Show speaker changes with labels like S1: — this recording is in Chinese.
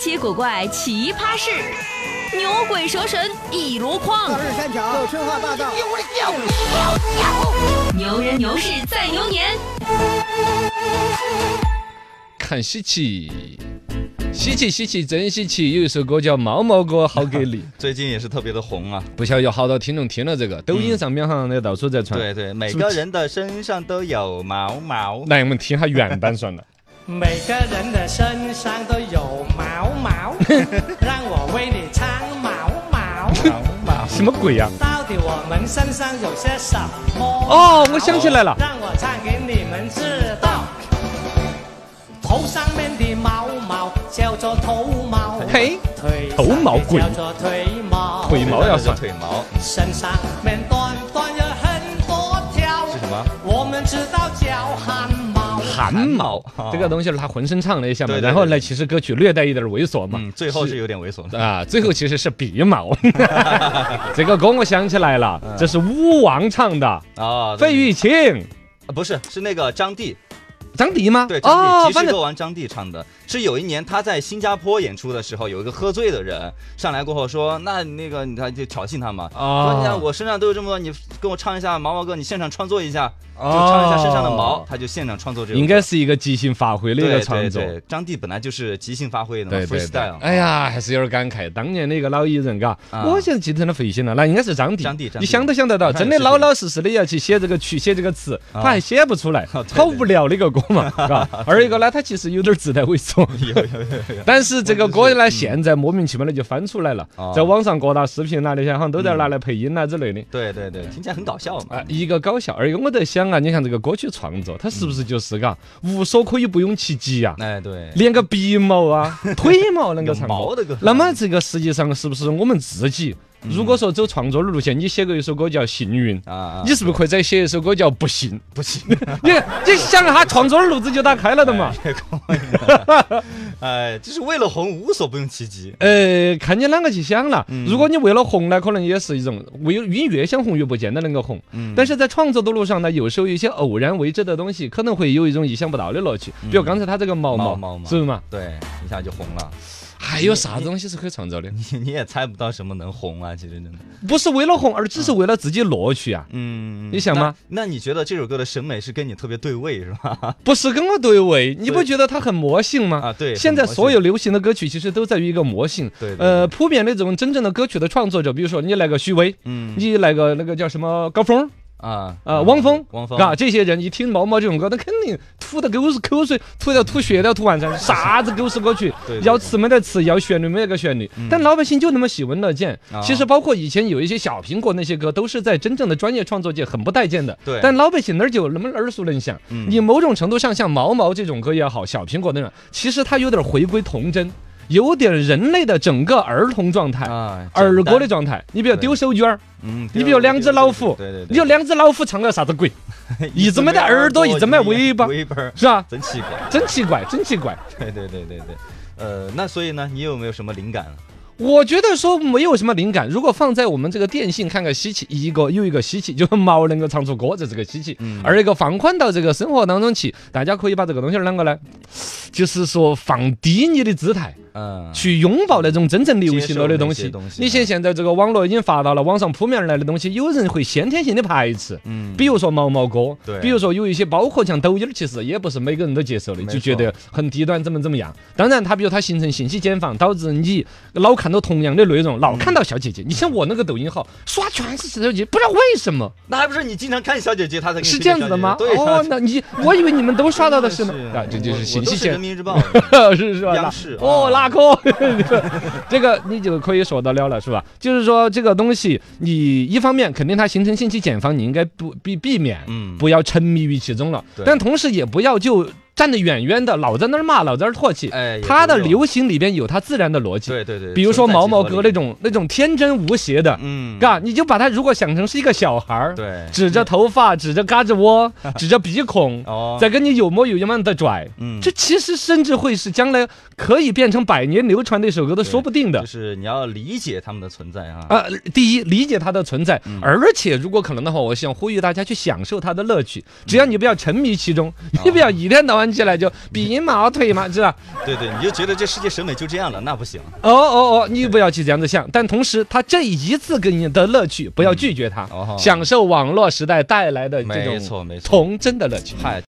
S1: 些鬼怪奇葩事，牛鬼蛇神一箩筐。
S2: 日山墙有生化大盗，
S1: 牛人牛事在牛年，
S3: 看稀奇，稀奇稀奇真稀奇。有一首歌叫《猫猫哥好给力》，
S4: 最近也是特别的红啊。
S3: 不晓得有好多听众听了这个，抖音上面好像也到处在传。
S4: 对对，每个人的身上都有毛毛。
S3: 来，我们听下原版算了。
S5: 每个人的身上都有毛毛，让我为你唱毛毛。
S4: 毛毛
S3: 什么鬼呀、啊
S5: 到底我们身上有些什么？
S3: 哦，我想起来了，
S5: 让我唱给你们知道。头上面的毛毛叫做头毛，
S3: 嘿，
S5: 腿
S3: 头毛
S5: 上面
S3: 鬼
S5: 叫做腿毛，
S3: 腿毛要
S4: 是
S3: 算。
S4: 腿毛
S5: 身上面短短有很多条
S4: 是，什么？
S5: 我们知道叫汗毛。
S3: 汗毛哦
S4: 汗毛哦
S3: 这个东西，他浑身唱了一下嘛，
S4: 对对对
S3: 然后呢，其实歌曲略带一点猥琐嘛，
S4: 嗯，最后是有点猥琐的。
S3: 啊，最后其实是鼻 毛。这个歌我想起来了，这是舞王唱的，
S4: 啊，
S3: 费玉清、
S4: 啊不是，是那个张帝，
S3: 张迪吗？
S4: 对，张
S3: 哦，
S4: 帝，即
S3: 反
S4: 是
S3: 正
S4: 歌王张帝唱的。是有一年他在新加坡演出的时候，有一个喝醉的人上来过后说：“那那个你他就挑衅他嘛，说你
S3: 啊
S4: 看我身上都有这么多，你跟我唱一下毛毛哥，你现场创作一下，就
S3: 哦
S4: 唱一下身上的毛。”他就现场创作这个歌，
S3: 应该是一个即兴发挥的一
S4: 对
S3: 个
S4: 对
S3: 创作。
S4: 对，张帝本来就是即兴发挥的嘛
S3: 对对对
S4: ，freestyle。，
S3: 哎呀，还是有点感慨，当年的一个老艺人，嘎，
S4: 啊
S3: 我现在记得他费心了，那应该是张帝，
S4: 张帝张帝
S3: 你想都想得到，
S4: 张帝
S3: 真的
S4: 是
S3: 老老实实的要去写这个曲，写这个 词，他还写不出来，
S4: 啊对
S3: 好无聊的一个歌嘛， 嘎。二一个呢，他其实有点自带猥琐， 但是这个歌呢，现在莫名其妙的就翻出来了
S4: 哦，
S3: 在网上各大视频啦那些，好像都在拿来配音啦之类的。
S4: 对对对，听起来很搞笑嘛。
S3: 啊，一个搞笑，二一个我在想啊，你看这个歌曲创作，它是不是就是嘎，无所可以不用其极呀？
S4: 哎，对，
S3: 连个鼻毛 啊、腿毛能够唱
S4: 有毛
S3: 过
S4: 的歌。
S3: 那么这个实际上是不是我们自己？如果说走创作的路线，你写过一首歌叫《幸运》。
S4: 嗯啊，
S3: 你是不是可以再写一首歌叫《不幸》？
S4: 不行，
S3: 你你想他创作的路子就打开了的嘛？
S4: 哎，就是为了红无所不用其极。
S3: 呃，看你啷个去想了。
S4: 嗯
S3: 如果你为了红呢，可能也是一种为因越想红越不见得能够红。
S4: 嗯
S3: 但是在创作的路上呢，有时候有一些偶然为之的东西，可能会有一种意想不到的乐趣。
S4: 嗯
S3: 比如刚才他这个毛
S4: 毛毛嘛
S3: 是不是嘛？
S4: 对，一下就红了，
S3: 还有啥子东西是可以创造的？
S4: 你你也猜不到什么能红啊，其实真的。
S3: 不是为了红，而只是为了自己乐趣啊。
S4: 嗯，
S3: 你想吗
S4: 那？那你觉得这首歌的审美是跟你特别对位是吧？
S3: 不是跟我对位，你
S4: 对
S3: 不觉得它很魔性吗？
S4: 啊对
S3: 现
S4: 很
S3: 在
S4: 魔
S3: 所
S4: 性嗯
S3: 有流行的歌曲其实都在于一个魔性。
S4: 对对
S3: 呃，普遍那种真正的歌曲的创作者，比如说你来个许巍，
S4: 嗯
S3: 你来个那个叫什么高峰，
S4: 啊
S3: 呃，汪峰，
S4: 汪峰
S3: 啊，这些人一听毛毛这种歌，那肯定吐的口水、口水，吐的吐血的，吐完 噻，啥子狗屎歌曲
S4: 对，对嗯
S3: 要词没得词，要旋律没得个旋律，但老百姓就那么喜闻乐见
S4: 啊。
S3: 其实包括以前有一些小苹果那些歌，都是在真正的专业创作界很不待见的，
S4: 对嗯
S3: 但老百姓那儿就那么耳熟能详。你某种程度上像毛毛这种歌也好，小苹果那种，其实它有点回归童真，有点人类的整个儿童状态。
S4: 啊，
S3: 儿歌的
S4: 简单，
S3: 状态，你比如
S4: 对
S3: 丢手绢儿，
S4: 嗯，
S3: 你比如两只老虎，
S4: 对对对，
S3: 你有两只老虎唱了啥子鬼，一直没得耳朵，一直没得尾巴，
S4: 尾巴儿
S3: 是吧？
S4: 真奇怪。
S3: 真奇怪，真奇怪。
S4: 对对对对对，呃，那所以呢，你有没有什么灵感？
S3: 我觉得说没有什么灵感，如果放在我们这个电信看看稀奇，一个又一个稀奇，就是毛能够唱出歌，这是个稀奇。
S4: 嗯
S3: 而一个放宽到这个生活当中去，大家可以把这个东西儿啷个呢？就是说放低你的姿态，
S4: 嗯，
S3: 去拥抱那种真正流行了的东
S4: 接
S3: 西
S4: 受那些东。西
S3: 你像现在这个网络已经发达了，网上扑面而来的东西，有人会先天性的排斥。
S4: 嗯
S3: 比如说毛毛哥，
S4: 对
S3: 比如说有一些包括像抖音儿，其实也不是每个人都接受的，
S4: 没错
S3: 就觉得很低端，怎么怎么样。当然，它比如它形成信息茧房，导致你老看到同样的内容，老看到小
S4: 嗯
S3: 姐姐。你像我那个抖音号，刷全是小姐姐，不知道为什么
S4: 那还不是你经常看小姐姐，她才给你
S3: 是
S4: 推
S3: 这样
S4: 小
S3: 子的
S4: 姐姐
S3: 吗？
S4: 对啊
S3: 哦，那你我以为你们都刷到的是
S4: 真
S3: 呢，啊，这就是
S4: 我
S3: 信
S4: 我都
S3: 息
S4: 是
S3: 茧
S4: 人民日报
S3: 是是吧？
S4: 央
S3: 那
S4: 视
S3: 哦，
S4: 啊
S3: 拉钩， 这个你就可以说得了了，是吧？就是说这个东西，你一方面肯定它形成信息茧房，你应该不避避免，
S4: 嗯
S3: 不要沉迷于其中了
S4: 对，
S3: 但同时也不要就站得远远的，老在那儿骂，老在那儿唾弃。
S4: 哎，也
S3: 它的
S4: 不用
S3: 流行里边有它自然的逻辑，
S4: 对对对，
S3: 比如说
S4: 存在
S3: 毛
S4: 即
S3: 毛
S4: 合
S3: 哥
S4: 理
S3: 那，种那种天真无邪的，
S4: 嗯，
S3: 嘎，你就把它如果想成是一个小孩儿，
S4: 对嗯
S3: 指着头发，指着胳肢 窝，指着鼻孔，
S4: 哦，
S3: 再跟你有模有样的拽，
S4: 嗯
S3: 这其实甚至会是将来可以变成百年流传的一首歌都说不定的
S4: 就。是你要理解他们的存在啊。
S3: 啊，第一，理解它的存在，
S4: 嗯
S3: 而且
S4: 嗯
S3: 如果可能的话，我希望呼吁大家去享受它的乐趣。只要你不要沉迷其中，你不要一天到弯起来就鼻毛腿嘛，是吧？
S4: 对对，你就觉得这世界审美就这样了，那不行
S3: 哦哦哦，你不要去这样子想，但同时，他这一次给你的乐趣，不要拒绝他，
S4: 嗯哦
S3: 享受网络时代带来的这
S4: 没
S3: 种
S4: 错没错
S3: 童真的乐趣。
S4: 嗨。